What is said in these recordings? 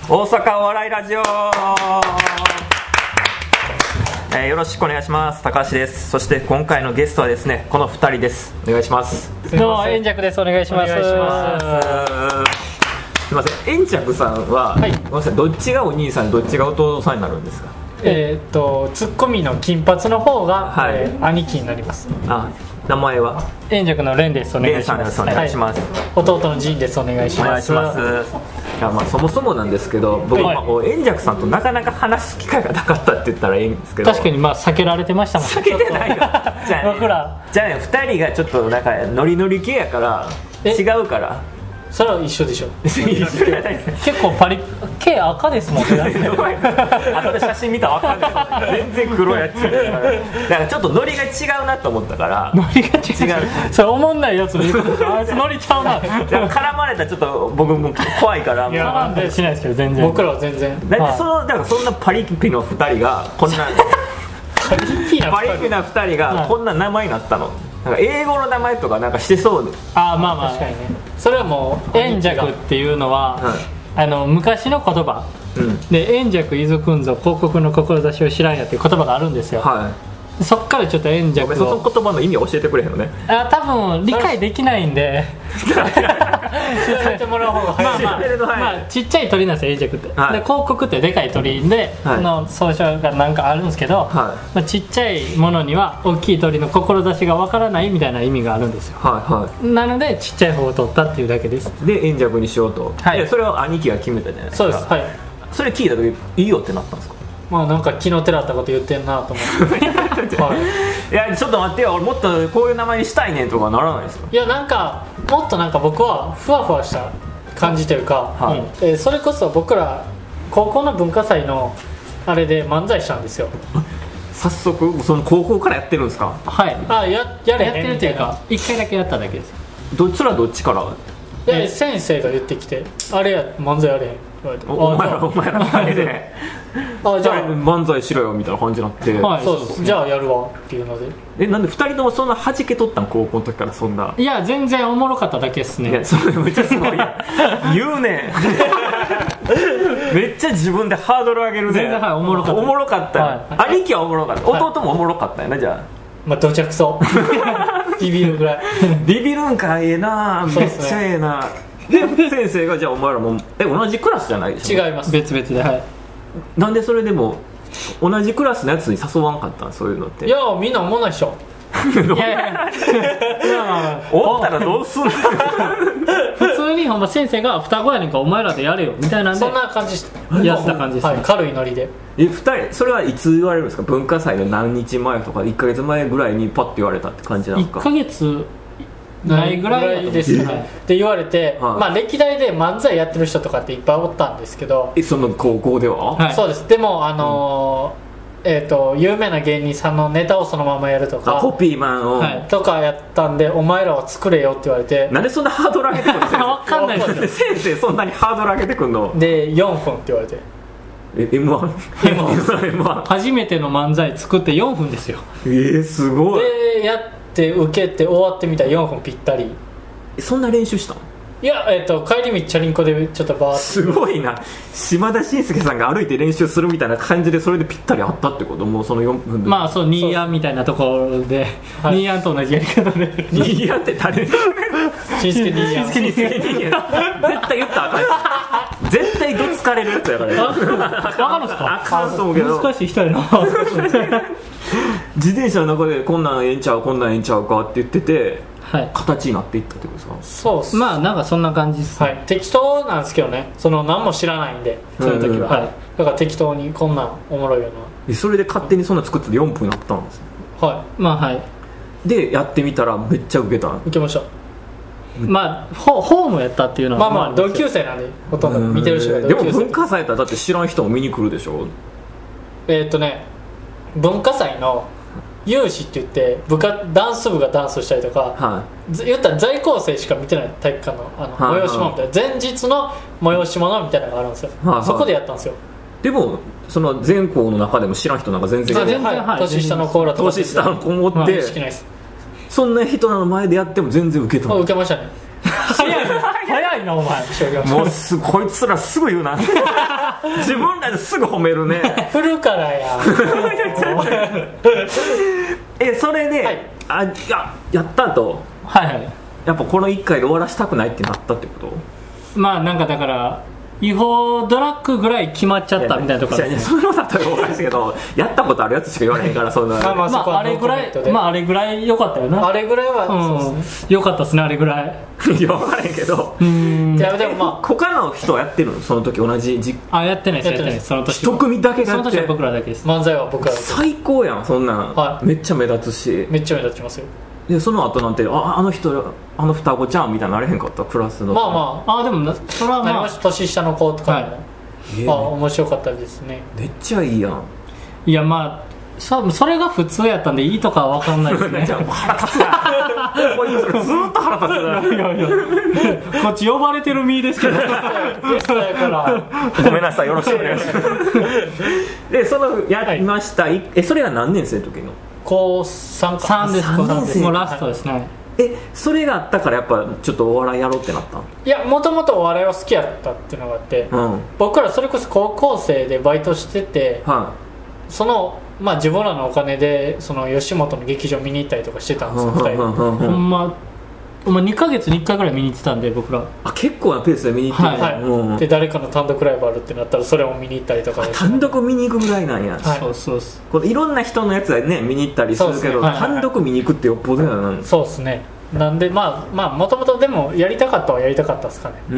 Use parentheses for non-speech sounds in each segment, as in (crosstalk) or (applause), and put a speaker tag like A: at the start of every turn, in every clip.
A: 大阪お笑いラジオ、えーよろしくお願いします高橋ですそして今回のゲストはですねこの2人ですお願いします
B: どうも円尺ですお願いします
C: お願いします
A: すいません円着さんは、
B: はい
A: ごめんなさいどっちがお兄さんどっちがお父さんになるんですか
B: えーっとツッコミの金髪の方が、
A: はい
B: えー兄貴になります
A: あ名前は
B: 円尺の蓮ですお願い
A: 蓮
B: し
A: さん
B: ま
A: です
B: す
A: お願いします
B: はい弟の仁ですお願いし
A: お
B: ます
A: 願いしますいやまあそもそもなんですけど僕、
B: はい
A: まあこう円着さんとなかなか話す機会がなかったって言ったらいいんですけど
B: 確かにまあ避けられてましたもん
A: 避けてない (laughs) よ
B: ちょっと
A: じゃあね
B: 僕ら
A: じゃあね2人がちょっとなんかノリノリ系やから
B: え
A: 違う (laughs) から
B: それは一緒でしょ
A: 一緒じゃないです
B: 結構パリ毛赤ですもんね
A: 後で写真見たら分かんない全然黒やっちゃうからなんかちょっとノリが違うなと思った (laughs) から
B: ノリが違う
A: 違
B: (laughs) それおもんないやつで言うことあいつノリちゃ (laughs) う
A: だ
B: な
A: から絡まれたらちょっと僕も怖いからもう
B: 絡んでしないですけど全然僕らは全然
A: だってそのだからそんなパリピの2人がこんな
B: パリピ
A: (laughs)
B: な
A: パリ
B: 二人
A: ピな2人
B: は
A: が
B: い
A: こんな名前になったのなんか英語の名前とかなんかしてそうで
B: あーまあまあ確かにねそれはもう円尺っていうのは、
A: はい
B: あの昔の言葉
A: うん
B: で円尺遺族んぞ広告の志を知らんやっていう言葉があるんですよ、
A: は
B: そっからちょっと円
A: いごめ
B: 尺
A: んその
B: を
A: 言葉の意味教えてくれへんのね
B: あ多分理解できない
A: (laughs)
B: んで
A: 教えてもらう方が早い
B: まあ
A: 教えても
B: ま
A: らう方が早
B: あ
A: い
B: まあちっちゃい鳥なんですよ円尺って、
A: はい
B: で広告ってでかい鳥で、
A: はい
B: の総称がなんかあるんですけど、
A: は
B: まあ、ちっちゃいものには大きい鳥の志がわからないみたいな意味があるんですよ
A: はいはい
B: なのでちっちゃい方を取ったっていうだけです
A: で円弱にしようと、
B: はい
A: でそれを兄貴が決めたじゃないですか
B: はい
A: それ聞いた時いいよってなったんですか
B: まあなんか気の手だったこと言ってんなと思って
A: (laughs) いやちょっと待ってよ俺もっとこういう名前にしたいねんとかならないですよ
B: いやなんかもっとなんか僕はふわふわした感じというか、
A: はい
B: うんえーそれこそ僕ら高校の文化祭のあれで漫才したんですよ
A: 早速その高校からやってるんですか
C: はい
B: あややれ
C: やってるというか一回だけやっただけです
A: どっちらどっちから
B: で先生が言ってきて「あれや漫才やれ」言われて
A: おお前
B: あ
A: らお前ら2人で
B: あ
A: じ
B: じ
A: ゃ
B: ゃ
A: あ
B: あ
A: 漫才しろよみたいな感じになって、
C: はい
B: そうですじゃあやるわっていうので
A: えなんで2人ともそんな弾けとったん高校の時からそんない
C: や全然おもろかっただけです
A: いや
C: ね
A: それめっちゃすごいや
C: (laughs)
A: ん言うねんめっちゃ自分でハードル上げるね
C: 全然はいおもろかった
A: おもろかったよ、
C: は
A: 兄貴はおもろかった弟もおもろかったよなじゃあ
B: まあどちゃ
C: (laughs)
B: くそビビるぐらい
A: ビビるんかええな
B: そう
A: めっ
B: っすね
A: ちゃええなで先生がじゃあお前らもえ同じクラスじゃないでしょ
B: 違います
C: 別々ではい
A: なんでそれでも同じクラスのやつに誘わんかったんそういうのって
B: いやみんな思わないでしょ
C: いやいやいやまあまあ
A: おったらどうす
C: (laughs)
A: んの
C: 普通にほんま先生が双子やねんからお前らでやれよみたいなんで
B: そんな感じし
C: やってた感じですね
B: はい、軽いノリで
A: え2人それはいつ言われるんですか文化祭の何日前とか1か月前ぐらいにパッて言われたって感じなんです
C: 1
A: か
C: か月ないぐらいやと思う
B: ですね、
C: はい
B: って言われて、
A: はい
B: まあ、歴代で漫才やってる人とかっていっぱいおったんですけど、
A: えその高校では、
C: はい
B: そうですでもあのーえっ、と有名な芸人さんのネタをそのままやると
A: あコ
B: か
A: ピーマンを、
C: はい
B: とかやったんでお前らは作れよって言われて
A: なんでそんなハードル上げてくるんです
C: (laughs) わかんないです
A: 先生先生そんなにハードル上げてくんの
B: で4分って言われて
A: え M1 M1
C: 初めての漫才作って4分ですよ
A: (laughs) えー、すごい
B: でやって受けて終わってみたら4分ぴったり
A: えそんな練習したの
B: いや、えっと帰り道チャリンコでちょっとバーッ
A: すごいな島田紳介さんが歩いて練習するみたいな感じでそれでぴったりあったってこともうその4分で
C: まあそうニーヤンみたいなところで
B: はい
C: ニーヤンと同じやり方で
A: にぎやって
C: (laughs)
A: 誰絶
B: と紳助にやん
A: 対言ったらあかん絶対どつかれるやつやからね
C: 分かるんす
A: あ
C: か
A: かんと思うけど
C: 難しい人やな
A: 自転車の中でこんなんええんちゃうこんなんええんちゃうかって言ってて
C: はい
A: 形になっていったってことですか
B: そうっす
C: まあなんかそんな感じっす
B: はい、適当なんですけどねその何も知らないんでそういう時は、
A: うん
C: うん
B: はい、だから適当にこんなんおもろいよ
A: えそれで勝手にそんな作ってて4分やったんですよ
B: なは
C: まあはい
A: でやってみたらめっちゃウケた
B: い受けました
C: まあホホームやったっていうの
B: ま
C: は
B: あまあ
C: るん
B: 同
C: ですよ
B: 級生なんでほとんど見てる人が
A: で
B: 同
A: も
B: 級
A: 文
B: 生
A: 化祭やったらだって知らん人も見に来るでしょ
B: えーっとね文化祭の有志って言って部活ダンス部がダンスしたりとか
A: は
B: ず言ったら在校生しか見てない体育館のあの
A: はいはい
B: 催し物みたいな前日の催し物みたいなのがあるんですよ
A: はいはい
B: そこでやったんですよ
A: いでもその全校の中でも知らん人なんか全然い
C: 全
A: ない
C: 然
B: は
C: は
B: い
C: い
B: 年下のコーラとか
A: 年下の子持っ
C: まあ
A: て
B: 意識ないです
A: そんな人の前でやっても全然ウケた
B: あ
A: の
B: 受けましたね
C: 早い早い (laughs)
B: いなお前
A: もうすこいつらすぐ言う
B: (laughs)
A: な自分らですぐ褒めるね
B: 振るからや
A: えそれで、
B: はい
A: あいややったと
C: はいはい
A: やっぱこの1回で終わらしたくないってなったってこと
C: まあなんかだから違法ドラッグぐらい決まっちゃったみたいなとこ
A: や
C: ろですね
A: それは例えばおかしいけどやったことあるやつしか言われへんからそんな
B: まあま
C: ま
B: あそこ
C: あ
B: は
C: あれぐら
B: ノーコメントで
C: いまああれぐらい良かったよな
B: (laughs) あれぐらいは、そううんですね
C: 良かったですねあれぐらい
A: いや分からへんけど
C: うん
B: いやでもま
A: 他の人はやってるのその時同じじ
C: あやってないですや
B: やっ
C: っててないい
B: なで
C: ですすその年
A: 一組だけ
C: そ
A: がやっ
C: の年は
A: て
C: 僕らだけです
B: あ漫才は僕らです
A: 最高やんそんなん、
B: はい
A: めっちゃ目立つし
B: めっちゃ目立ちますよ
A: でその後なんてああの人あの双子ちゃんみたいになれへんかったクラスの
B: まあま
C: あでもなそれは
B: あなり
C: ま
B: ま
C: あ
B: した年下の子とかも、
C: は
A: え
B: まあ面白かったですね
A: めっちゃいいや
C: (laughs)
A: ん
C: いやまあそそれが普通やったんでいいとかは分かんないです
B: (laughs)
C: ね
A: じゃあもう腹立つな (laughs) こいつらずーっと腹立つない
C: やいやこっち呼ばれてる身ですけ
B: (laughs)
C: ど
B: 年下やから
A: ごめんなさい、よろしくお願いします。 (laughs) で、その、や
C: はい
A: りました、いえ、それが何年生の時の。
B: 高3か
C: 3です
A: 三年生
C: もうラストですね
A: え、それがあったから、やっぱ、ちょっとお笑いやろうってなったの
B: いやもともとお笑いは好きやったっていうのがあって、
A: うん。
B: 僕らそれこそ高校生でバイトしてて
A: は
B: そのまあ自分らのお金でその吉本の劇場見に行ったりとかしてた
A: い。
B: んですよ2人で
C: ほんまほんま2ヶ月に1回ぐらい見に行ってたんで僕ら
A: あ、結構なペースで見に行って
C: は
A: るうん
B: はい、で誰かの単独ライブあるってなったらそれを見に行ったりとか
A: 単独見に行くぐらいなんや。
B: はい
C: そうそうそう
A: このいろんな人のやつはね、見に行ったりするけ
B: そうです
A: ど、
B: ねはい
C: はい
A: 単独見に行くってよっぽどやな。う
B: そうですねなんでまあまあもともとでもやりたかったはやりたかったですかね、
A: ー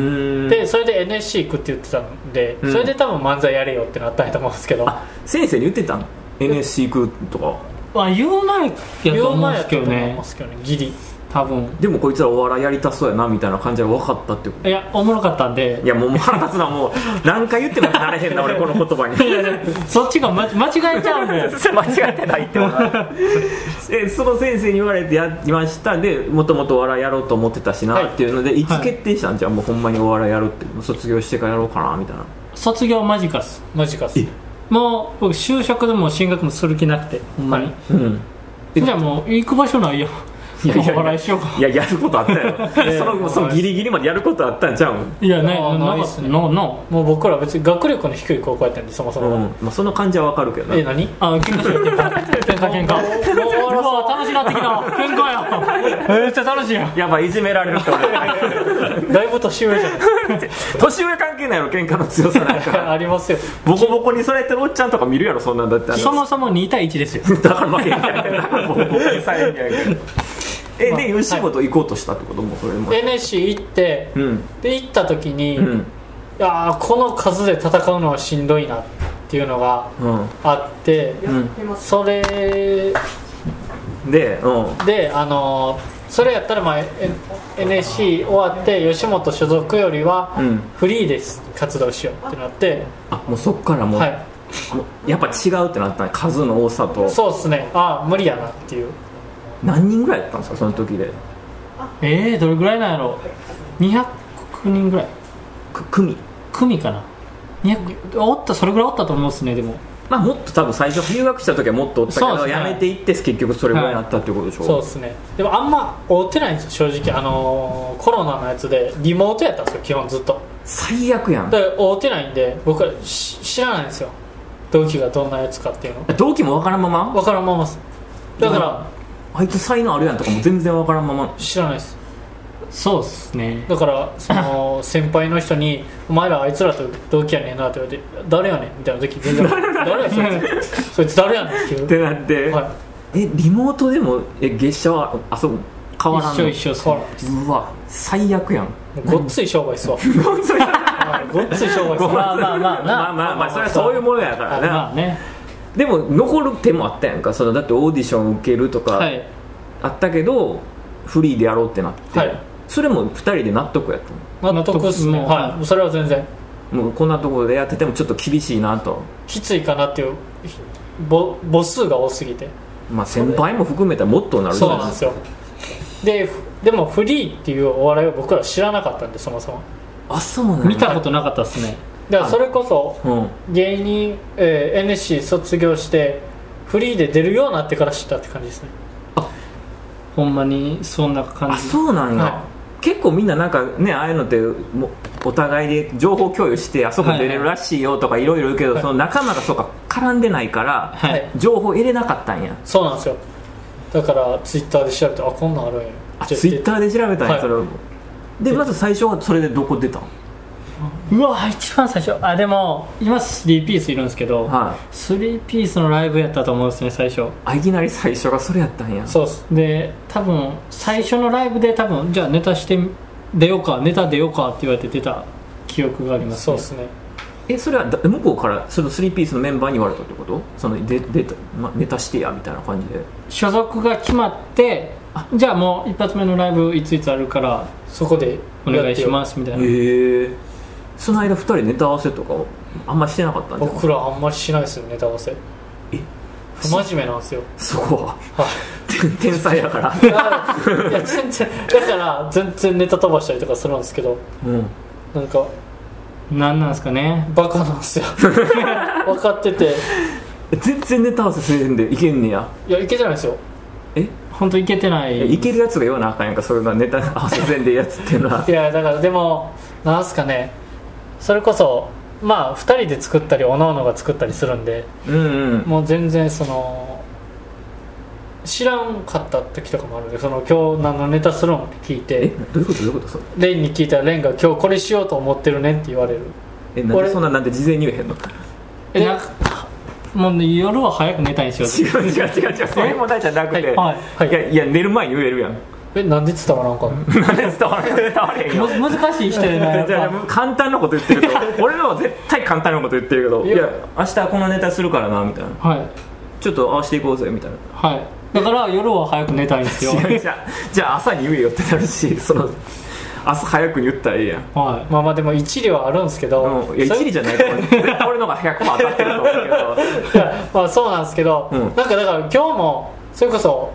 A: ん。
B: でそれで NSC 行くって言ってたんで、
A: うん
B: それで多分漫才やれよってなったんやと思うんですけど
A: あ、先生に言ってたの ?NSC 行くとか。
C: まあ言う前やと思うんですけど
B: 言う前やったと思い
C: ね
B: ますけどねギリ
C: 多分
A: でもこいつらお笑いやりたそうやな、みたいな感じで分かったってこと。
C: いやおもろかったんで
A: いやもうもう腹立つなもう何回言ってもなれへんな俺この言葉
B: (laughs)
A: に
C: (laughs) そっちがま間違えちゃうんで
A: (laughs) 間違ってないって (laughs) えその先生に言われてやりましたでもともとお笑いやろうと思ってたしな、
B: はい
A: っていうのでいつ
C: はい
A: 決定したん、じゃあもうほんまにお笑いやるってもう卒業してからやろうかなみたいな
C: 卒業間近っす
B: マジかっす
A: え
C: もう僕就職でも進学もする気なくてほんまに、
A: うんえ
C: じゃあもう行く場所ないよ
A: いやいやいや
C: お笑いしようか
A: いややることあった (laughs) よそのそのギリギリまでやることあったんじゃん、
C: いやね
B: あー
C: な
B: ないい
C: っ
B: っ
C: す
B: す
C: ね
B: ね
C: のの
B: もう僕ら別に学力の低い高校やったんでそもそ
A: うん
B: も、
A: まあ、その感じはわかるけどな
B: え何
C: あ喧嘩しよう喧嘩喧嘩喧嘩
B: もう終わ
C: う
B: らそう
C: わ楽しなってきた喧嘩やめっちゃ楽しいやん
A: やばいいじめられるって (laughs) 俺
B: だいぶ年上じゃないです
A: 年上関係ないの喧嘩の強さなんか (laughs)
B: かありますよ
A: ボコボコにされてるおっちゃんとか見るやろそんなんだってあの
C: そもそも2対1ですよ
A: だから負けへんやんだからボコボコにされへんやんけど (laughs) え、で吉本行こうとしたってこともそれも
B: NSC 行って
A: うん
B: で行った時に、
A: うん
B: ああこの数で戦うのはしんどいなっていうのが
A: うん
B: あって、それ
A: うんでうん
B: であのーそれやったら、まあ、え NSC 終わって吉本所属よりは
A: うん
B: フリーです活動しようってなって、
A: あもうそっからもう、
B: は
A: もうやっぱ違うってなったね数の多さと
B: い、そうですねああ無理やなっていう
A: 何人ぐらいやったんですかその時で
C: えー、どれぐらいなんやろ200人ぐらい
A: く組
C: 組かな200おったそれぐらいおったと思うっすねでも
A: まあもっと多分最初留学した時はもっとおったけ
C: そう
A: ど、
C: です
A: や
C: ね
A: めていって結局それぐらいになったってことでしょ、
B: そうですねでもあんま追ってないんですよ正直あのーコロナのやつでリモートやったんですよ基本ずっと
A: 最悪やん
B: だから追ってないんで僕はし知らないんですよ同期がどんなやつかっていうの
A: 同期もわからんまま
B: 分からんままですだから
A: あいつ才能あるやんとかも全然わからんまま
B: 知らないです
C: そうっすね
B: だからそ (laughs) の先輩の人に「お前らあいつらと同期やねんな」って言われて「誰やねん」みたいな時全然「誰やそいつ (laughs) そいつ誰やねん」ってい
A: っ
B: う、
A: てなって、
B: は
A: えリモートでもえ月謝はあそう変わらん
C: 一
A: の
C: 緒一緒っす
B: 変わ
C: ね
B: らない
A: 緒うわ最悪やん
B: い、ごっつい商売っ (laughs) すわはいごっつい商売っす
C: ま
B: わ
C: あまあまあな
A: まあまあまあそれはそういうものやからな、
C: まあね
A: でも残る手もあったやんかそのだってオーディション受けると
C: は
A: か
C: い
A: あったけど、フリーでやろうってなって、
B: はい
A: それも2人で納得やったの
B: 納得っすね
C: もう
B: は
C: はい
B: それは全然
A: もうこんなところでやっててもちょっと厳しいなと、
B: きついかなっていうぼ母数が多すぎて
A: まあ、先輩も含めたらもっとなるじ
B: そ
A: ゃ
B: う
A: な
B: ないん
A: で
B: ですすよでふでもフリーっていうお笑いを僕ら知らなかったんでそもそも
A: かあそうなんや
C: 見たことなかったっすね
B: だからそれこそ
A: うん
B: 芸人、えー NSC 卒業してフリーで出るようになってから知ったって感じですね
C: ほんまにそんな感
A: あ
C: じ
A: そうなんや、
B: は
A: 結構みんななんかねああいうのってもうお互いで情報共有してあそこ出れるらしいよとかいろいろ言うけど、その仲間がそうか絡んでないから、
B: はい
A: 情報入れなかったんや
B: そうなんですよだからツイッターで調べてあこんなんあるんや
A: あツイッターで調べたんや、
B: はい
A: それをでまず最初はそれでどこ出たん
C: うわ一番最初あでも今3ピースいるんですけど、
A: は
C: 3ピースのライブやったと思うんですね最初
A: いあいきなり最初がそれやったんや
B: そうっす
C: で多分最初のライブで多分じゃあネタして出ようかネタ出ようかって言われて出た記憶があります、
B: そう
C: ね、
B: っすね
A: えそれはだ向こうからその3ピースのメンバーに言われたってことそのででま、ネタしてやみたいな感じで
C: 所属が決まってじゃあもう一発目のライブいついつあるから
B: そこで
C: お願いしますすみたいな
A: へえその間2人ネタ合わせとかあんましてなかったんじゃん
B: 僕らあんまりしないですよネタ合わせえ不真面目なんですよ
A: そこは
B: は
A: (laughs) 天天才やから、
B: いいや全然だから全然ネタ飛ばしたりとかするんですけど
A: うん、
B: なんか
C: 何なんですかね
B: バカなん (laughs) ですよ分かってて
A: 全然ネタ合わせせえへんでいけんねや
B: いやいけじゃないですよ
C: 本当いけてない
A: えいけるやつが言わなあかんやんかそれがネタ合わせせんでええやつっていうのはい
B: やだからでもなんすかねそれこそまあ2人で作ったりおのおのが作ったりするんで
A: (laughs) うんうん
B: もう全然その知らんかった時とかもあるんでその今日何のネタするのって聞い
A: え
B: て
A: どういうことどういうことそれ
B: レンに聞いたらレンが「今日これしようと思ってるね」って言われる
A: えなんで
B: 俺
A: そんななんて事前に言えへんの
C: えなんかもう、ね、夜は早く寝たいんです
A: 違
C: よ
A: う違う違う違うそういう問題じゃなくて、
C: はい
B: はい
A: いやいや寝る前に言えるやん
B: えなんで伝わらんかな
A: なんで伝われへん伝われへんよ
C: む難しい人やなやっ
A: (laughs)
C: ぱ
A: じゃあ簡単なこと言ってる (laughs) けど俺らは絶対簡単なこと言ってるけど
B: い
A: い
B: や
A: や明日このネタするからなみたいな
C: はい
A: ちょっと合わせていこうぜみたいな
C: はいだから夜は早く寝たいんですよ
A: (laughs) 違うじゃあじゃあ朝に言えよってなるしその朝早くに言ったらええやん
C: は
B: まあまあでも一理はあるんですけど、
A: うん、いや
B: それ
A: 一理じゃないと思う絶対俺の方が100%当たってると思うけど
B: いやまあそうなんですけど、
A: うん
B: なんかだから今日もそれこそ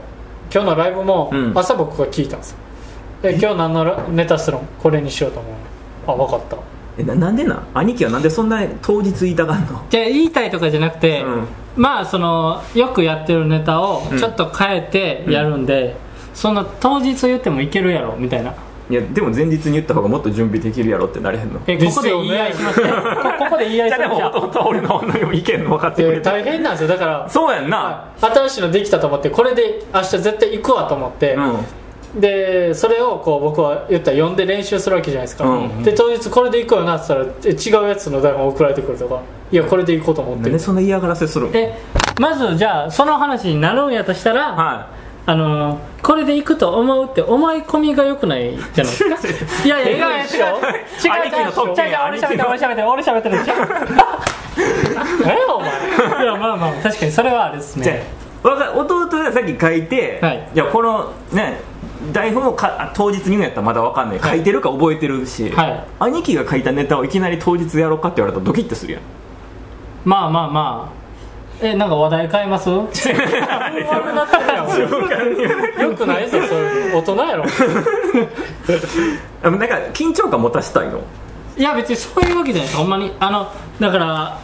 B: 今日のライブも
A: うん
B: 朝僕が聞いたんですよ、で今日何のラネタするんこれにしようと思うあ分かった
A: (laughs) えななんでなん兄貴はなんでそんな当日言いたがんの
C: いじゃあ言いたいとかじゃなくて、
A: うん
C: まあそのよくやってるネタを
A: うん
C: ちょっと変えてやるんで、そんな当日言ってもいけるやろみたいない
A: やでも前日に言った方がもっと準備できるやろってなれへんの
C: え
B: で
C: ここ
B: す
C: で
B: よね
C: 言い合いしま
A: (laughs)
C: したこここで言い合い
A: いや
C: し
A: で
C: ま
A: も
C: した
A: 弟は俺の意見も分かってく
B: で
A: れて
B: 大変なんですよだから
A: そうやんな、
B: はい新しいのできたと思ってこれで明日絶対行くわと思って、
A: うん
B: でそれをこう僕は言ったら呼んで練習するわけじゃないですか、
A: うん
B: で当日これで行くよなって言ったらえ違うやつの台本送られてくるとかいやこれで行こうと思っ
A: な
B: て
A: ん
B: る
A: でそんな嫌がらせするん
C: えまずじゃあその話になるんやとしたら、
A: は
C: あのーこれで行くと思うって思い込みが良くないじゃないですか (laughs) いやいや違う違う違う違う違う
B: えでしょ
A: 兄貴の特権や
C: 俺喋ってる俺喋ってる俺喋ってる違 (laughs)
B: 何やお前
C: ういやまあまあ確かにそれはあれです
A: いじゃ
C: ね
A: あわか弟がさっき書いて、
C: はい
A: やこのね台本をかあ当日に言うんやったらまだ分かんない、書いてるか覚えてるし、
C: はい
A: 兄貴が書いたネタをいきなり当日やろうかって言われたらドキッとするやん
C: まあまあまあえなんか話題変え (laughs) ます
B: 悪なってるやん
A: 自分から言う
B: よくないぞそれ大人やろ
A: あなんか緊張感持たしたいの
C: いや別にそういうわけじゃないですほんまにあのだから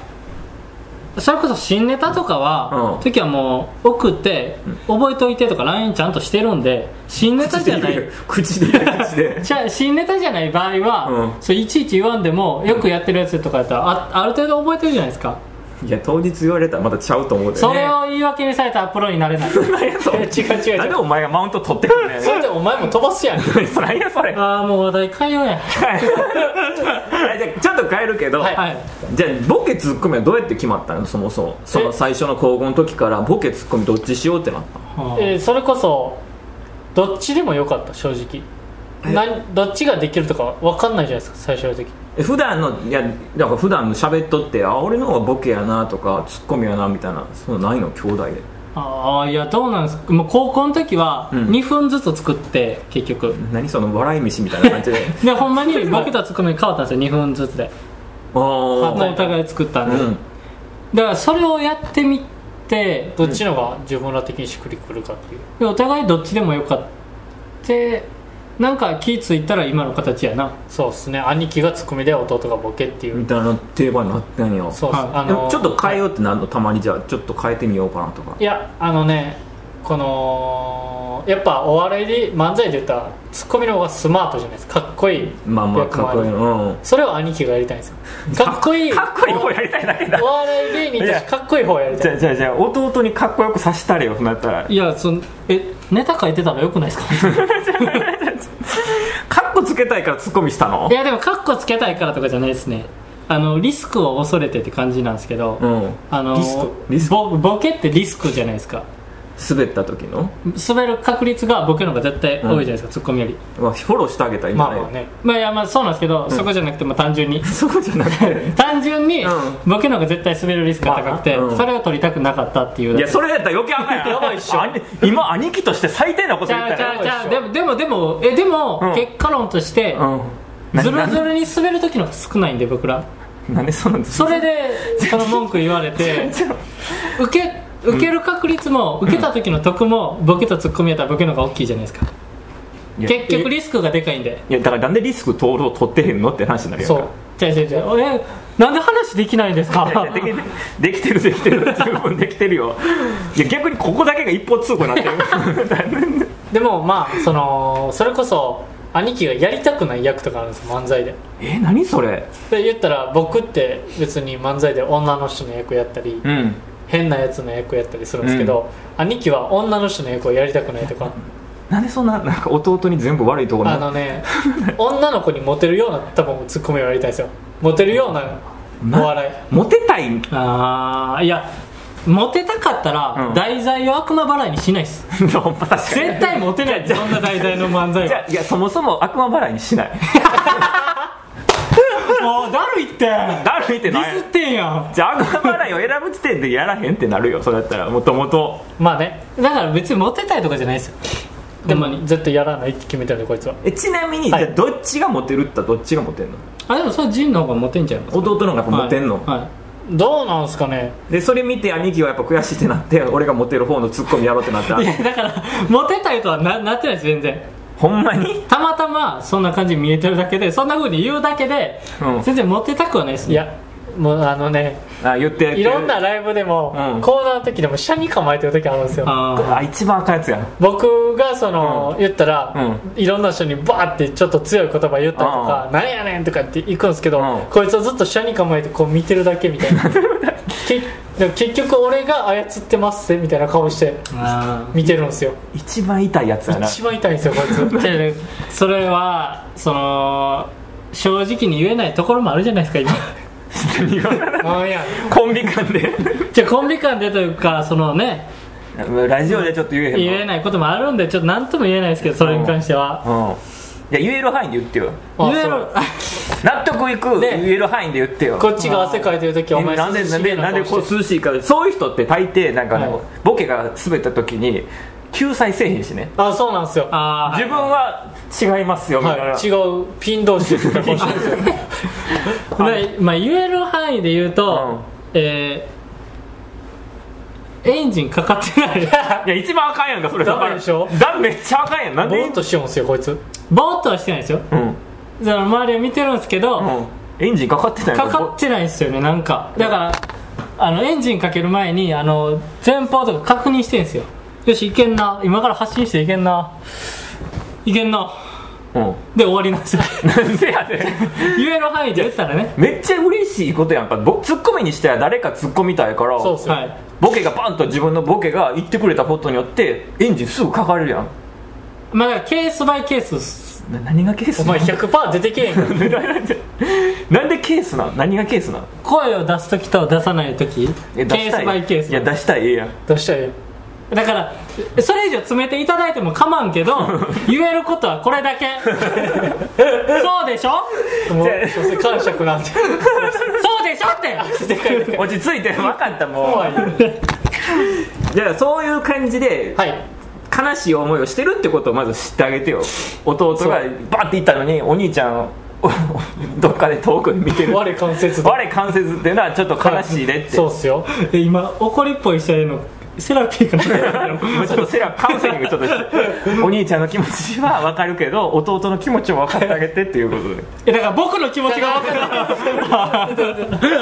C: それこそ新ネタとかは、
A: うん
C: 時はもう送って覚えといてとか LINE ちゃんとしてるんで新ネタじゃない
A: 口で言う口 (laughs) で
C: (laughs) じゃあ新ネタじゃない場合は、
A: うん
C: それいちいち言わんでもよくやってるやつとかやったらあある程度覚えてるじゃないですか
A: いや当日言われたらまたちゃうと思うで (laughs)
C: それを言い訳にされたらプロにな
B: (laughs)
C: れない
A: 何やそれ
B: 違う違う違う
A: なんでお前がマウント取ってくんねん
B: それでお前も飛ばすやん
A: 何やそれ
C: ああもう話題変えようや
A: はいじゃあちょっと変えるけど、
B: はい
C: はい
A: じゃあボケツッコミはどうやって決まったのそもそもその最初の高校の時からボケツッコミどっちしようってなったの
B: えーそれこそどっちでもよかった正直なんどっちができるとか分かんないじゃないですか最初の時
A: え普段のいやなんか普段の喋っとってあ俺の方がボケやなとかツッコミやなみたいなそういうのないの兄弟で
C: ああいやどうなんですかもう高校の時は
A: うん
C: 2分ずつ作って結局、
A: 何その笑い飯みたいな感じで
C: でほん
A: (laughs)
C: まに僕とツッコミ変わったんですよ2分ずつで
A: あ
C: もう
A: あ
C: お互い作ったんで、
A: うん
C: だからそれをやってみて
B: どっちのが自分ら的にしっくりくるかっていう
C: でお互いどっちでもよかってなんか気付いたら今の形やな
B: そうですね兄貴がツッコミで弟がボケっていう
A: みたいな定番になってんよ
B: そうっす、
C: はい
B: あ
A: でも
B: の
A: ちょっと変えようってなるのたまにじゃあちょっと変えてみようかなとか
B: いやあのねこのやっぱお笑いで漫才で言ったらツッコミの方がスマートじゃないですかかっこいい
A: まあまあ
B: 役も
A: かっ
B: る
A: こいいのうん
B: それを兄貴がやりたいんで
A: (laughs)
B: すよかっこいい
A: かっこいい方やりたいだけだ
B: お笑い芸人と
A: い
B: し
A: や
B: てかっこいい方やり
A: じ
B: た
A: ゃあ
B: い
A: じゃあじゃあ弟にかっこよくさしたれよそんなやったら
C: いやそのえネタ書いてたらよくないです
A: (laughs)
C: か
A: かっこつけたいからツッコミしたの
C: いやでもカッコつけたいからとかじゃないですねあのリスクを恐れてって感じなんですけど、
A: うん
C: あの
A: リスクリスク
C: ボボケってリスクじゃないですか
A: 滑った時の
C: 滑る確率がボケの方が絶対多いじゃないですか、ツッコミより
A: まあフォローしてあげた
B: ま
A: 今
B: あまあね
C: まあいやまあそうなんですけど、そこじゃなくても単純に
A: そうじゃなくて
C: (laughs) 単純に
A: うん
C: ボケの方が絶対滑るリスクが高くて、
A: まあなうん
C: それを取りたくなかったっていう
A: い
C: だ
A: や
C: け
A: それやったら余計あかんやん
B: やばいっしょ
A: 兄今兄貴として最低なこと
C: ち
A: 言っ
C: ゃう
A: た
C: ち
A: ら
C: ゃうちゃう
B: や
C: でもでもでもえでも、
A: うん
C: 結果論として、
A: うんな
C: ズル
A: な
C: ズルに滑る時の方が少ないんで僕ら
A: なんでそうなんです
C: それでその文句言われ
A: (laughs)
C: て受け受ける確率も受けた時の得もボケとツッコミやったらボケの方が大きいじゃないですか
A: いや
C: 結局リスクがでかいんで
A: いやだからなんでリスク通るを取ってへんのって話になるやん
B: そ
A: か
B: う
C: 違う違う違うえなんで話できないんですか
A: い (laughs) やできできてるできてる十分できてるよいや逆にここだけが一方通行になってる (laughs)
B: でもまあそのそれこそ兄貴がやりたくない役とかあるんですよ漫才で
A: え何それ
B: で言ったら僕って別に漫才で女の人の役やったり
A: うん
B: 変なやつの役やったりするんですけど、兄貴は女の人の役をやりたくないとか
A: なんでそんななんか弟に全部悪いところ
B: あのね女の子にモテるような多分ツッコミをやりたいんですよモテるような
A: な
B: お笑い
A: モテたいん
C: ああいやモテたかったら、
A: うん
C: 題材を悪魔払いにしないです
A: ほんま確かに
C: 絶対モテないそんな題材の漫才
A: じゃ
C: は
A: あいやそもそも悪魔払いにしない (laughs)
C: もうだるいってデ
A: だるいってな
C: ィ
A: い
C: スってんやん
A: じゃあ悪魔払いを選ぶ時点でやらへんってなるよそれやったらもともと
B: まあね
C: だから別にモテたいとかじゃないですよ
B: で
C: でも
B: も絶対やらないって決めてるんでこいつは
A: えちなみに、
B: はい
A: じゃあどっちがモテるってどっちがモテるの
C: あでもそれジンの方がモテんちゃいます
A: 弟の方がやっぱモテんの、
C: はいはい
B: どうなんすかね
A: でそれ見て兄貴はやっぱ悔しいってなって俺がモテる方のツッコミやろうってなった
C: いやだからモテたいとはななってないです全然
A: ほんまに
C: たまたまそんな感じに見えてるだけでそんなふうに言うだけで、
A: うん
C: 全然モテたくはないです
B: いやもうあのね
A: あ言って
B: いろんなライブでも、
A: うん
B: コーナーの時でも下に構えてる時あるんですよ
C: あ
A: あ一番赤いやつや
B: 僕がその、言ったら、いろんな人にバーってちょっと強い言葉言ったりとか「なんやねん!」とかって行くんですけど、
A: うん
B: こいつはずっと下に構えてこう見てるだけみたいな
A: (laughs)
B: けでも結局俺が操ってますぜみたいな顔して
C: ーあ
B: 見てるんですよ
A: 一番痛いやつやな
B: 一番痛いんですよこいつ
C: ーじゃあねそれはその正直に言えないところもあるじゃないですか今 (laughs)
B: なんや
A: (laughs) コンビ間で
C: じゃあコンビ間でというかそのね
A: (laughs) ラジオでちょっと言えへんの
C: 言えないこともあるんでちょっと何とも言えないですけどそれに関しては、
A: うんいや言える範囲で言ってよ
B: あ
C: いろい
B: そ
C: ろ
B: う
C: あ
A: 納得いく
B: で
A: 言える範囲で言ってよ
B: こっちが汗かいてる時お前
A: なんでなんでなんでこう涼しいからそういう人って大抵なんかあの、
B: はい
A: ボケが滑った時に救済せえへんしね
B: あそうなんですよは
C: あー
A: 自分は違いますよみたいな、 (laughs)
B: い違うピン同士で顔してるんですよ
C: でまあ、言える範囲で言うと、えーエンジンかかって
B: (laughs)
C: ない
A: いや一番あかんやんかそれ
B: ダメでしょ
A: だめっちゃあかんやんなん
B: ボ
A: で
B: ーっとしてるんですよこいつ
C: ぼーっとはしてないですよ
A: うん、
C: その周りを見てるんですけど、
A: うん、エンジンかかってない
C: かかってないですよねなんかだからあのエンジンかける前にあの前方とか確認してんですよよしいけんな今から発進していけんないけんな
A: うん
C: で終わりなん
B: (laughs)
C: ですよ
A: なんでやで
C: 言える範囲で言ったらね
A: めっちゃ嬉しいことやんかぼツッコミにしたら誰かツッコみたいから
B: そうっすよ、
C: はい
A: ボケがバンと自分のボケが言ってくれたことによってエンジンすぐかかれるやん
C: まあだからケースバイケースっす
A: な何がケース
B: お
A: な
B: 前
A: の
B: 100%出てけえへんから
A: (laughs) なんでケースなの何がケースなの
C: 声を出す時と出さない時
A: い
C: ケ
A: や出し
C: ー
A: た
C: スバ
A: い
C: イケース
A: いや出したいええやん
B: どうしたらいい
C: だからそれ以上詰めていただいても構わんけ (laughs) ど言えることはこれだけ (laughs) そうでしょ
B: もうそして感触なんて
C: そうでしょって
A: 落ち着いて分かったも
B: 怖いよ
A: うじゃあそういう感じで、
B: はい
A: 悲しい思いをしてるってことをまず知ってあげてよ弟がバッて行ったのにお兄ちゃん (laughs) をどっかで遠くで見てる
B: 我関節だ
A: 我関節っていうのはちょっと悲しいねって
B: そうっすよ
C: え今怒りっぽい人へのセラピーかな
A: もうちょっとセラカウンセリングちょっと
B: (laughs)
A: してお兄ちゃんの気持ちは分かるけど弟の気持ちも分かってあげてっていうことで
C: (laughs) えだから僕の気持ちが分かる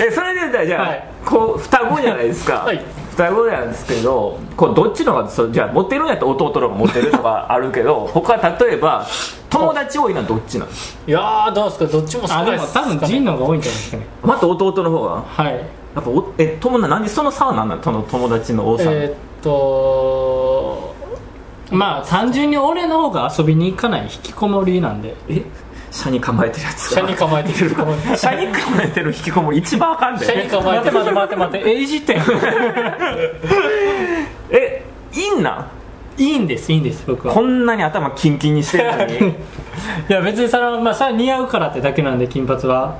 A: えそれで言ったらじゃあ、
B: はい
A: こう双子じゃないですか、
B: はい
A: 双双子なんですけどこうどっちの方がそうじゃあモテるんやったら弟の方がモテるとかあるけど他例えば友達多いのはどっちなんですか
B: いやーどうですかどっちも少
C: あ
B: ない
C: で
B: っ
C: も
B: す
C: 多分ジンの方が多いんじゃないですかね
A: また弟の方が
C: はい
A: やっぱおえ友達なんでその差は何なのその友達の多さ、
B: えーっと
C: まあ単純に俺の方が遊びに行かない引きこもりなんで
A: え車に構えてるやつ
B: 車に構えてる
A: 車に構えてる引きこもり一番あかんで
B: 車に構え
C: 待
B: て
C: て待て
B: る
C: 待て待て (laughs) えいじってん
A: えいいんなん
C: いいんですいいんです僕は
A: こんなに頭キンキンにしてるのに
C: いや別にその、まあ、さ似合うからってだけなんで金髪は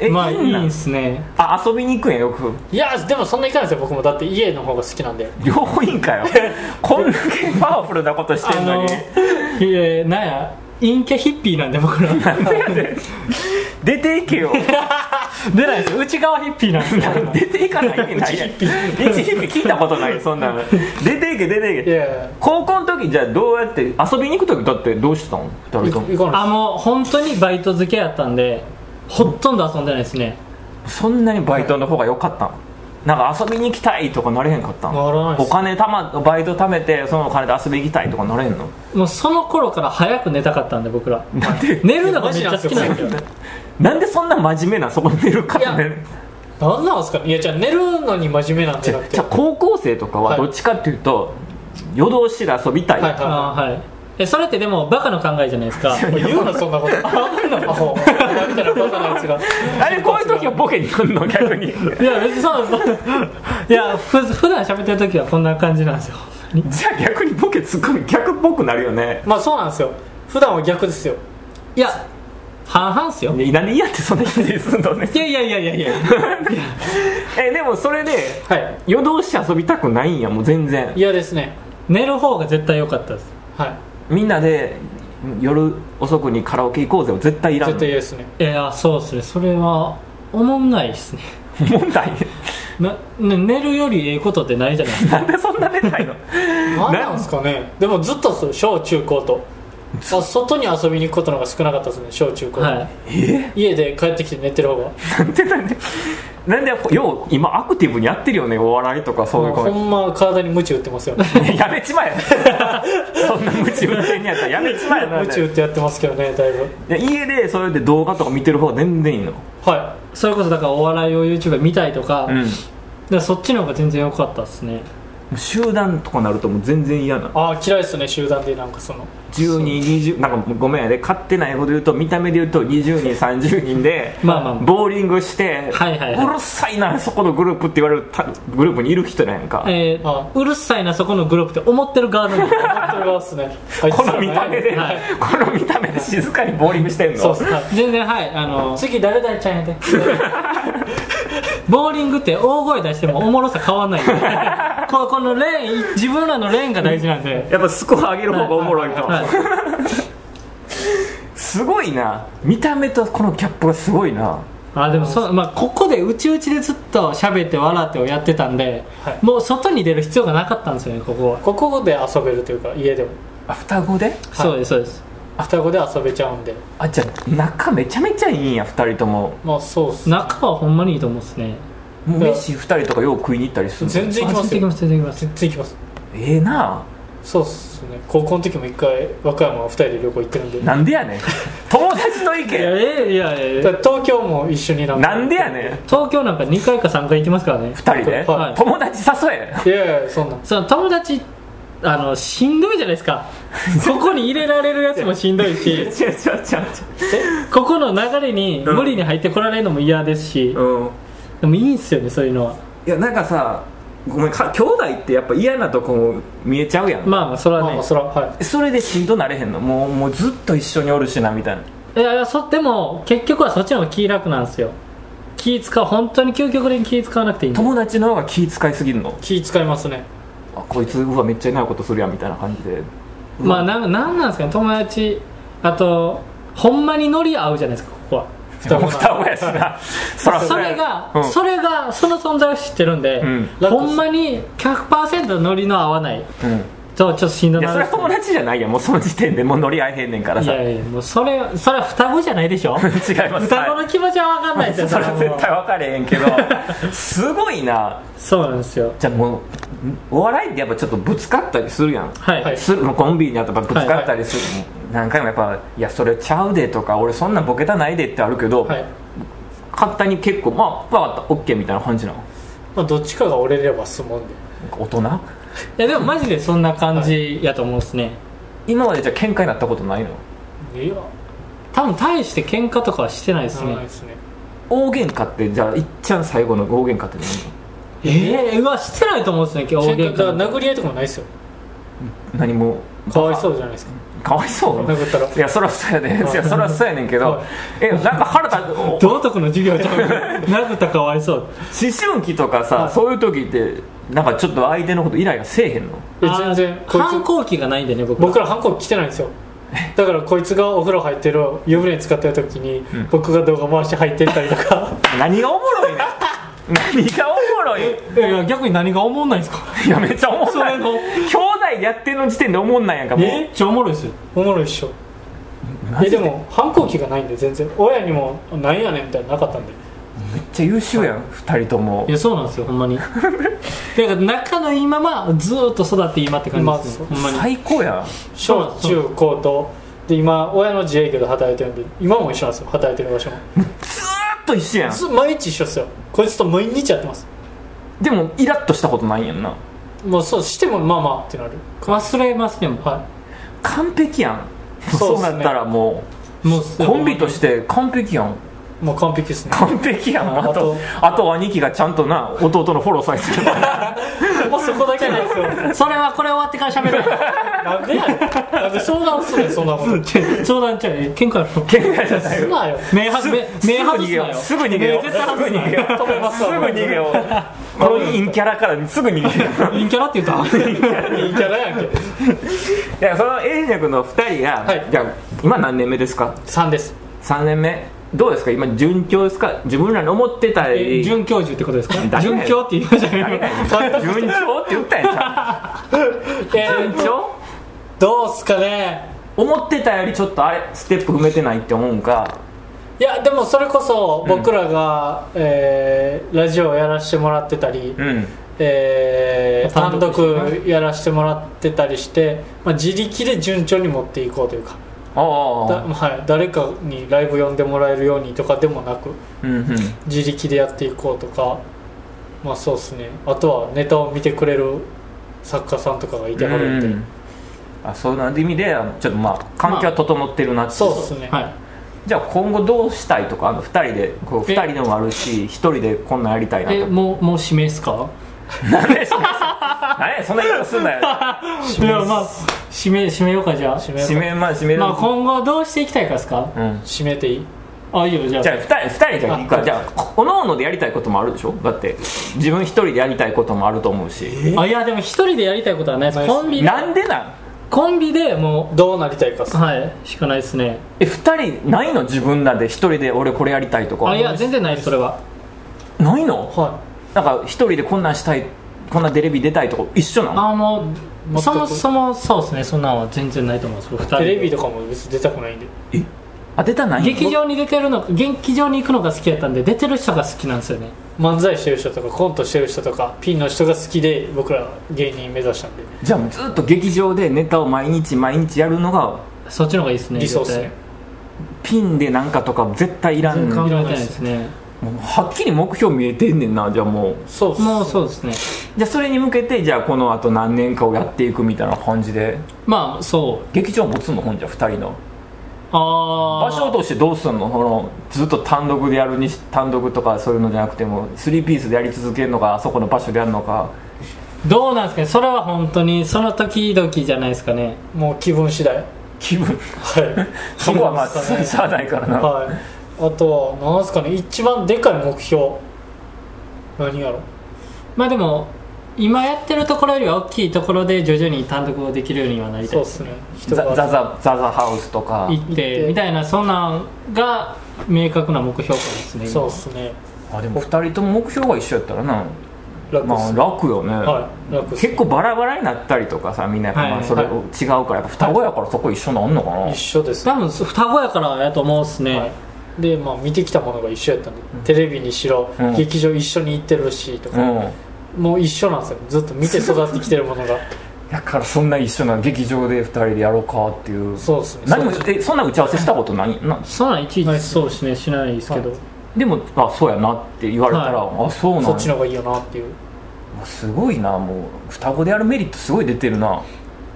A: え
C: まあい
A: いいんない
C: んすね
A: あ遊びに行くんやよく
B: いやでもそんな行かないですよ僕もだって家の方が好きなんで
A: 両方いいんかよこんだけパワフルなことしてんのに
C: いやなんや陰キャヒッピーなんで僕ら (laughs)
A: 出ていけよ
C: 出ないですよ内側ヒッピーなんですよ
A: 出ていかないけないやん一ヒッピー聞いたことないそんなの出ていけ出てい
B: い
A: け
B: やいや
A: 高校の時じゃあどうやって遊びに行く時だってどうしてたの二人とも
B: 行か
C: あ
B: ない
C: もう本当にバイト付けやったんでほとんど遊んでないですね
A: そんなにバイトの方が良かったのなんか遊びに行きたいとかなれへんかった
B: ならない
A: の
B: っす
A: お金たまバイト貯めてそのお金で遊びに行きたいとかなれへんの
C: もうその頃から早く寝たかったんで僕ら
A: なんで
C: 寝るのがめっちゃ好きなんですよ
A: なんでそんな真面目なそこに寝るか
B: いや何なんですかねいやじゃあ寝るのに真面目なんじゃなくて
A: じゃあ高校生とかは
B: はい
A: どっちかっていうと、夜通しで遊びたい、
B: はいは
C: あーはいえそれってでもバカの考えじゃないですか
B: もう言うなそんなことアホみたいなバカなやつが
A: あれこういう時はボケに来んの逆
B: (laughs)
A: に
C: いや別にそうなんですいやふ普段喋ってる時はこんな感じなんですよ
A: じゃあ逆にボケつく逆っぽくなるよね
B: まあそうなんですよ普段は逆ですよ
C: いや半々っすよ
A: いやなんで嫌ってそんな否定すんのね
C: いやいやいやいやいや
A: (laughs) えでもそれで
B: はい
A: 夜通し遊びたくないんやもう全然
B: 嫌ですね
C: 寝る方が絶対良かったです
B: は
A: みんなで夜遅くにカラオケ行こうぜを絶対い
B: い
A: らん
B: 絶
A: の
B: 対嫌ですね
C: いやそうっすねそれはおもんないですね
A: 問題 (laughs)
C: な、ね、寝るよりええことってないじゃないですか
A: なんでそんな出ないの
B: 何なんですかねでもずっとそう小中高とあ外に遊びに行くことの方が少なかったですね小中高、
C: はい
A: え
B: 家で帰ってきて寝てる方が
A: なんでなんでなんでよう今アクティブにやってるよねお笑いとかそういう
B: もうほ
A: 感
B: んま体にムチ打ってますよね
A: じやめちまえ (laughs) そんな無知運転にやったらやめちまえな
B: ムチ打ってやってますけどねだいぶ
A: いや家でそうやって動画とか見てる方が全然いいの
B: は
C: それこそだからお笑いを YouTube 見たいとか,、
A: うん
C: そっちの方が全然良かったですね
A: 集団とかなるともう全然嫌ない
B: ああ嫌いっすね集団でなんかその
A: 1220なんかもうごめんやで勝手ないこと言うと見た目で言うと20人30人で
C: まあまあ
A: ボーリングして、
C: はいはいはいう
A: るさいなそこのグループって言われるたグループにいる人なんやんか、
C: えー
B: あ
C: うるさいなそこのグループって思ってる側
B: (laughs)
C: なんで
B: 本当に嫌っすねあい
A: (laughs)
B: つ
A: こ
B: ら
A: の
B: ね
A: 見た目で、
C: はい
A: この見た目で静かにボーリングしてんの
B: そうっすね
C: 全然はいあの
B: 次誰々ちゃんやで
C: ボーリングって大声出してもおもろさ変わんないんで
B: (laughs)
C: ここのレーン自分らのレーンが大事なんで
A: やっぱスコア上げる方がおもろいと、
C: はい
A: すごいな見た目とこのギャップがすごいな
C: あでもそう、まあ、ここでうちうちでずっと喋って笑ってをやってたんで、
B: はい
C: もう外に出る必要がなかったんですよねここは、
B: ここで遊べるというか家でも
A: あ双子で
C: そうですそうです
B: 双子で遊べちゃうんで
A: あじゃあ仲めちゃめちゃいいんや2人とも
B: まあそうっすね
C: 中はほんまにいいと思うんですね
A: もう飯2人とかよう食いに行ったりするの
B: 全然行きます
C: あ
B: よ
C: 全然行きます全然行きます
B: 全然
A: え
B: 行きます
A: えな
B: そうっすね高校の時も一回和歌山は二人で旅行行ってるんで
A: あなんで
C: (laughs)
A: やねん友達と行
C: いや
A: け
C: ええいやええ
B: だから東京も一緒になんか
A: なんでやねん
C: 東京なんか2回か3回行きますからね
A: 2人で、
B: はい
A: 友達誘え
B: いやいやそんなん
C: その友達あのしんどいじゃないですかここに入れられるやつもしんどい
B: (laughs)
C: し
A: 違う違う
C: ここの流れに無理に入ってこられるのも嫌ですし
A: 違う違、ううん
C: でもいいんすよねそういうのはい
A: やなんかさごめんか兄弟ってやっぱ嫌なとこも見えちゃうやん、
C: まあまあそれは
B: まあ
C: ね、
B: まあそらはい
A: それでしんどなれへんのもうもうずっと一緒におるしなみたいない
C: やいやそでも結局はそっちの方が気楽なんですよ気使う本当に究極的に気使わなくていいんで
A: 友達の方が気使いすぎるの
B: 気使いますね
A: あこいつうわめっちゃいないことするやんみたいな感じで
C: まあなんなんなんですかね友達あとほんまにノリ合うじゃないですかここは
B: 双子なんで
A: 双子やしなそら
C: (laughs) そ
A: そうや
C: れが、
A: うん
C: それがその存在を知ってるんで、
A: うん
C: ほんまに100%ノリの合わない
A: うん
C: ちょっと死んだ
A: い
C: な
A: やそれは友達じゃないやんもうその時点でもう乗り合えへんねんから
C: い
A: さ
C: やいやもうそれそれは双子じゃないでしょ
A: 違います
C: 双子
A: は
C: の気持ちは分かんない
A: い
C: ですよ
A: それは
C: もう
A: 絶対分かれへん
C: (laughs)
A: けどすごいな
C: そうなんですよ
A: じゃあもうお笑いってやっぱちょっとぶつかったりするやん
C: はい、
B: はい
A: するもうコンビニにやっぱぶつかったりする、何回もやっぱ「いやそれちゃうで」とか「俺そんなボケたないで」ってあるけど、
B: はい
A: 簡単に結構まあわかったオッケーみたいな感じなの
B: まあ、どっちかが折れれば済むんで
A: なんか大人
C: いやでもマジでそんな感じやと思うんですね、
A: 今までじゃあ喧嘩になったことないの
B: いや
C: 多分大して喧嘩とかはしてないです
B: ならない
C: ね
B: ですね
A: 大喧嘩ってじゃあいっちゃん最後の大喧嘩って
C: えー、うわしてないと思うんですね今日大喧
B: 喧嘩だ
C: 嘩
B: から殴り合いとかもないですよ
A: 何何も
B: かわいそうじゃないですか
A: かわいそう
B: 殴ったら
A: いやそりゃそうやねいやそりゃそうやねんけど、
B: はい
A: えなんか腹立つお
C: 道徳の授業ちゃう殴ったらかわいそう
A: 思春期とかさ、
B: はい
A: そういう時ってなんかちょっと相手のことイライラせえへんの
B: いや全然
C: あー
B: こいつ
C: 反抗期がないんでね僕
B: 僕ら反抗期来てないんですよだからこいつがお風呂入ってる湯船使ってる時に
A: ん
B: 僕が動画回して入ってったりとか (laughs)
A: 何がおもろいねん何がおもろい
C: いやいや逆に何が思んないんですか
A: (laughs) いやめっちゃおもろい
C: それの
A: 兄弟でやってるの時点でおもんないやんかもう
C: えっちゃおもろいですよ
B: おもろいっしょ
A: マ
B: え
A: ジ
B: で
A: で
B: も反抗期がないんで全然親にも「なんやねん」みたいなのなかったんで
A: めっちゃ優秀やん二人とも
C: いやそうなんですよほんまにだから仲のいいままずーっと育って今って感じですね、
B: ま
C: ほんまに
A: 最高やん
B: 小中高とで今親の自営業で働いてるんで今も一緒なんですよ働いてる場所も
A: ずーっと一緒やん
B: ず毎日一緒ですよこいつと毎日やってます
A: でもイラッとしたことないやんな
B: もうそうしてもまあまあってなる
C: 忘れますでも
B: は
A: 完璧やん
B: そ
A: そうう
B: っすね
A: なったらも
C: もう
A: うコンビと
C: て
A: して完璧やん
B: いもう完璧ですね
A: 完璧やんあとあと兄貴がちゃんとな弟のフォローさえす (laughs) れば
B: もうそこだけなんですよ
C: それはこれ終わってから喋る
B: なんでやねんなんで相談するねんそんなこと
C: 冗談ちゃうえ喧嘩やろ
A: 喧嘩じゃない
B: す
A: よ
B: なよ
C: 目は目目外すなよ
A: すぐ逃げよう
C: 目
A: す
C: 絶
A: ぐ
C: 対外すな
A: 逃げ
C: よ
A: (laughs) ようすぐ
B: めますわ
A: 逃げようこの陰キャラからすぐ逃げよう (laughs)
C: 陰キャラって言った
B: (laughs) いいキャラやんけ
A: いやそのエイジャ君の2人が、
B: はい
A: じゃあ今何年目ですか
B: 3です
A: 3年目どうですか今順調ですか自分らの思ってたよ
C: え
A: り (laughs)
C: 准教授ってことですか
A: 誰や
C: 准
A: ねん
C: 教って言いましたけど
A: 誰がやねん順調って言ったやんちゃ (laughs)
B: え
A: ん
B: ー
A: 順調
B: どうっすかね
A: 思ってたよりちょっとあれステップ踏めてないって思うんか
B: いやでもそれこそ僕らが、えーラジオをやらせてもらってたり、
A: うん
B: えー単
C: 単独
B: 独やらせてもらってたりして、まあ、自力で順調に持っていこうというかだ
A: ああ
B: はい、誰かにライブ呼んでもらえるようにとかでもなく
A: うんうん
B: 自力でやっていこうとかまあそうですねあとはネタを見てくれる作家さんとかがいてはるんで、
A: うんあそうなんて意味であのちょっとまあ環境は整ってるなって、
B: そうですね、
C: はい
A: じゃあ今後どうしたいとかあの2人でこう
C: え
A: 2人のもあるし1人でこんなんやりたいな
C: え
A: とか
C: もうもう指名っすか
A: 何やそんな言い方すんなよ
C: いやまあ指名指名ようかじゃあ
B: 締めよう
A: 締めまあ締める、
C: まあ今後どうしていきたいかですか
A: うん
B: 締めていい
C: あいいよじゃあ
A: じゃあ2人二人じゃいいかじゃあおのおのでやりたいこともあるでしょだって自分一人でやりたいこともあると思うし
C: あいやでも一人でやりたいことはないです
B: ないっすね
C: コンビ
A: なんでなん
C: コンビでも
B: どうなりたいかっす
C: うはいしかないですね
A: え2人ないの自分らで一人で俺これやりたいとか
C: あいや全然ないですそれは
A: ないの
B: は
A: なんか一人でこんなんしたいこんなテレビ出たいとか一緒なの
C: あも
B: く
C: うそもそもそうですねそんなんは全然ないと思うんですよ2
B: い
C: 人
B: テレビ
C: で
B: とかも別に出たくないんで
A: あ出たないの
C: 劇場に出てるの劇場に行くのが好きやったんで出てる人が好きなんですよね
B: 漫才してる人とかコントしてる人とかピンの人が好きで僕ら芸人目指したんで
A: じゃあずっと劇場でネタを毎日毎日やるのが
C: そっちの方がいいですね
B: 理想っすね
A: ピンでなんかとか絶対いらん
C: 全然
A: も
C: 考え
A: う
C: てないですね
A: はっきり目標見えてんねんなじゃあもう
B: そうっす
C: もうそうですね
A: じゃあそれに向けてじゃあこのあと何年かをやっていくみたいな感じで
C: まあそう
A: 劇場持つのほんじゃ2人の
C: あ
A: 場
C: あ
A: 所としてどうすんのこのずっと単独でやるにし単独とかそういうのじゃなくても3ピースでやり続けるのかあそこの場所でやるのか
C: どうなんですかねそれは本当にその時々じゃないですかね
B: もう気分次第
A: 気分
B: はい
A: (laughs) そこはまあ
B: そうで
A: し
B: す
A: ゃあないからな、
B: (laughs) はいあとは何すかね一番でかい目標何やろ
C: まあでも今やってるところよりは大きいところで徐々に単独をできるようにはなりたい
B: そ
C: う
B: っ
C: です
B: すね人
A: ザ
B: が
A: ザザザザハウスとか
C: 行っ
B: 行って
C: てみたいなそんなんが明確な目標かですね今
B: そうっすね
A: あでも2人とも目標が一緒やったらな
B: 楽
A: ま
B: で
A: あ
B: す、
A: 楽よね、
B: はい楽です
A: 結構バラバラになったりとかさみんなやっぱま
C: は
A: あ
C: い
A: それを違うからやっぱ双子やからそこ一緒なんのかな、
B: 一緒です
C: 多分双子やからやと思うっすね、
B: はい、で、まあ、見てきたものが一緒やったんで、テレビにしろ、
A: うん
B: 劇場一緒に行ってるしとか、
A: うん
B: もう一緒なんですよずっと見て育ってきてるもの (laughs) が
A: だからそんな一緒な劇場で二人でやろうかっていう
B: そうですね
A: 何も
B: そう
A: えそんな打ち合わせしたことないな
C: そんなんいちい
B: ない
C: ち
B: っす
C: そうですねしないですけど、
B: は
A: でもあそうやなって言われたら、あそうなん
B: そっ
A: や
B: ちの方がいいよなっていう
A: すごいなもう双子でやるメリットすごい出てるな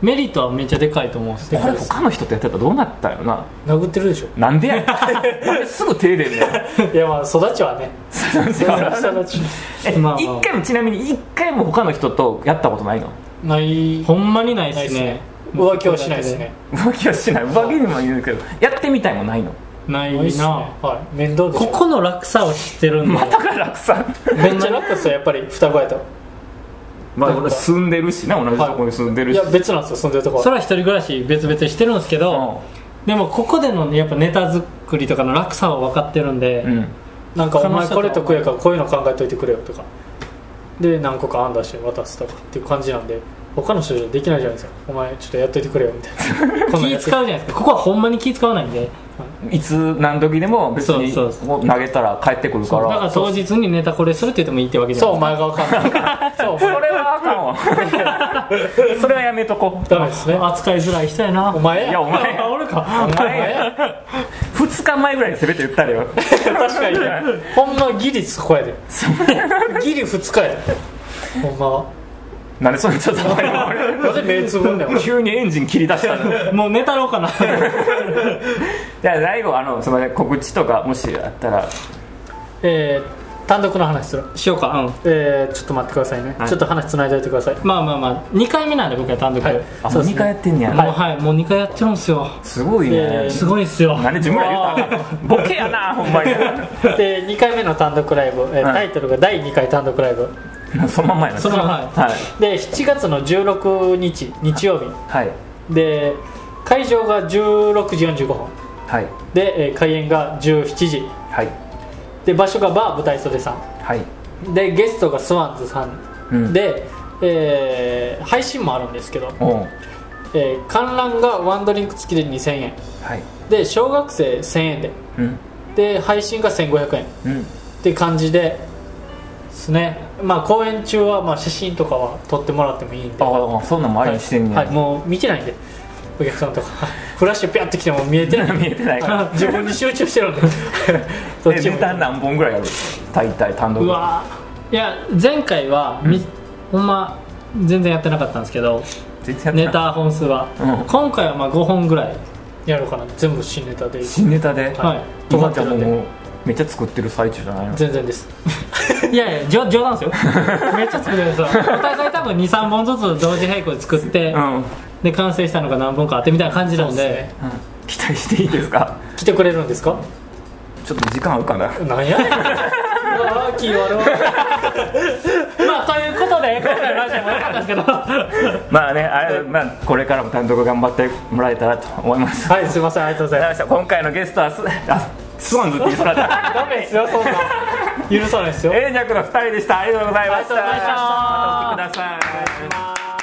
C: メリットはめっちゃでかいと思うんです
A: こ
C: よ
A: れ他の人とやってたらどうなったよな
B: 殴ってるでしょ
A: なんでやね (laughs) んなんですぐ手入 (laughs) れんねん
B: (laughs) いやまあ育ちはね育ち
A: え
C: まあまあ
A: 一回もちなみに一回も他の人とやったことないの
B: ない
C: ほんまにない
B: な
C: で
B: いですす
C: ね
B: ね浮気はしないですね
A: 浮気はしない浮気にも言うけどやってみたいもないの
C: ない
B: ないっすね
C: な
B: はい面倒です
C: こ
B: よ
C: この楽さを知ってるんで、
A: またが楽さん
B: めっちゃ楽ですよやっぱり双子やと
A: まあ住んでるしな同じとこに住んでる
B: い
A: し、
B: や別なんですよ住んでるとこ
C: そ
B: は
C: れは一人暮らし別々してるんですけど、でもここでのねやっぱネタ作りとかの楽さは分かってるんで、
A: うん、うん
B: なんかお
C: 彼
B: 前
C: 女と
B: これ得やからこういうの考えといてくれよとかで何個か案出して渡すとかっていう感じなんで他の人じゃできないじゃないですかお前ちょっとやっといてくれよみたいなこんなん
C: 気使う
B: やっ
C: じ
B: て
C: ゃないですかここはほんまに気使わないんで
A: いつ何時でも別に
C: そうそ
A: もう投げたら帰ってくる
C: だ
A: か
C: からら当日にネタこれするって言ってもいいってわけじゃ
B: そう
C: ない
B: お前が分かんないそうお
A: それ
B: 前
A: はあかんわ (laughs) それはやめとこ
B: ダメですね
C: 扱いづらい人やな
B: お前
A: いや
B: や
A: お前
C: あ (laughs) 俺か
A: お
B: お前
A: 前
B: や
A: 2日前ぐらいに全て言ったらよ
B: 確かにねほんまギリそこやでギリ2日やでほんまは
A: なんでそんなちょっと前に俺
C: (laughs)
B: なぜ目つぶんねんお前
A: 急にエンジン切り出したのじ
C: もうネタろう
A: (laughs)
C: かな
A: ゃあ大悟あのすみません告知とかもしあったら
B: えー単独の話する
C: しようかうん
B: えーちょっと待ってくださいね、
A: はい
B: ちょっと話つないでおいてください
C: まあまあまあ2回目なんで僕は単独、
B: はい
C: も
A: あ
B: そ
A: も
B: う
A: う
B: です
A: 2
B: ね
A: 回やってんねや、
C: うはいもう2回やっちゃうんすよ
A: すごいね、
B: えー
C: すごいっすよ
A: なんで自分ら言うたらあかんボケやなほんまに (laughs)
B: で2回目の単独ライブ、えー
A: はい
B: タイトルが第2回単独ライブ
A: そのまんまやな
C: その
A: は
C: はい
A: い
B: で7月の16日日曜日
A: はい
B: で会場が16時45分
A: はい
B: で、えー開演が17時
A: はい
B: で場所がバー舞台袖さん
A: はい
B: でゲストがスワンズさん
A: うん
B: で、えー配信もあるんですけど、
A: おう
B: えー観覧がワンドリンク付きで2000円
A: はい
B: で小学生1000円で
A: うん
C: (laughs)
B: で配信が1500円っ
A: うん
B: て感じでですねまあ公演中はまあ写真とかは撮ってもらってもいいんで
A: ああそんなんもありにしてんねや、
B: はい、もう見てないんでお客さんとか
C: (laughs)
B: フラッシュピャってきても見えてない
A: 見えてないから、
B: はい自分に集中し
A: (laughs)
B: てるんでどっ
A: え
B: ちも
A: ネタ何本ぐらいある大体単独
C: うわいや前回はみほんま全然やってなかったんですけど
A: 全然や
C: ネ
A: ってない
C: タ本数は、
A: うん
C: 今回はまあ5本ぐらい
B: やろうかな全部新ネタで
A: 新ネタで、
C: は
A: 今じゃもう
B: 止まってるん
A: めっちゃ作ってる最中じゃないの
B: 全然です
C: い、いやいや冗冗談
A: (laughs)
C: ですよめっちゃ作ってるんですよお互い多分23本ずつ同時並行で作って、
A: うん、うん、
C: で完成したのが何本かあってみたいな感じなんで
B: そうですね
A: 期待していいですか
B: 来てくれるんですか
A: ちょっと時間合う
B: (laughs)
A: かな
B: なんやねんうわー気悪い
C: まあということで今回のラジオも良かったんですけど
A: まあねあれ、まあ、これからも単独頑張ってもらえたらと思います
B: はいすいませんありがとうござい
A: ありがとうござい
B: ま
A: ました今回のゲストはスあスワンズって言いそうだった
B: (laughs) すダメですよそんな許さないですよ
A: エージャックの2人でしたありがとうございました
B: ありがとうございまし
A: ま
B: た
A: たお聞きください
B: あー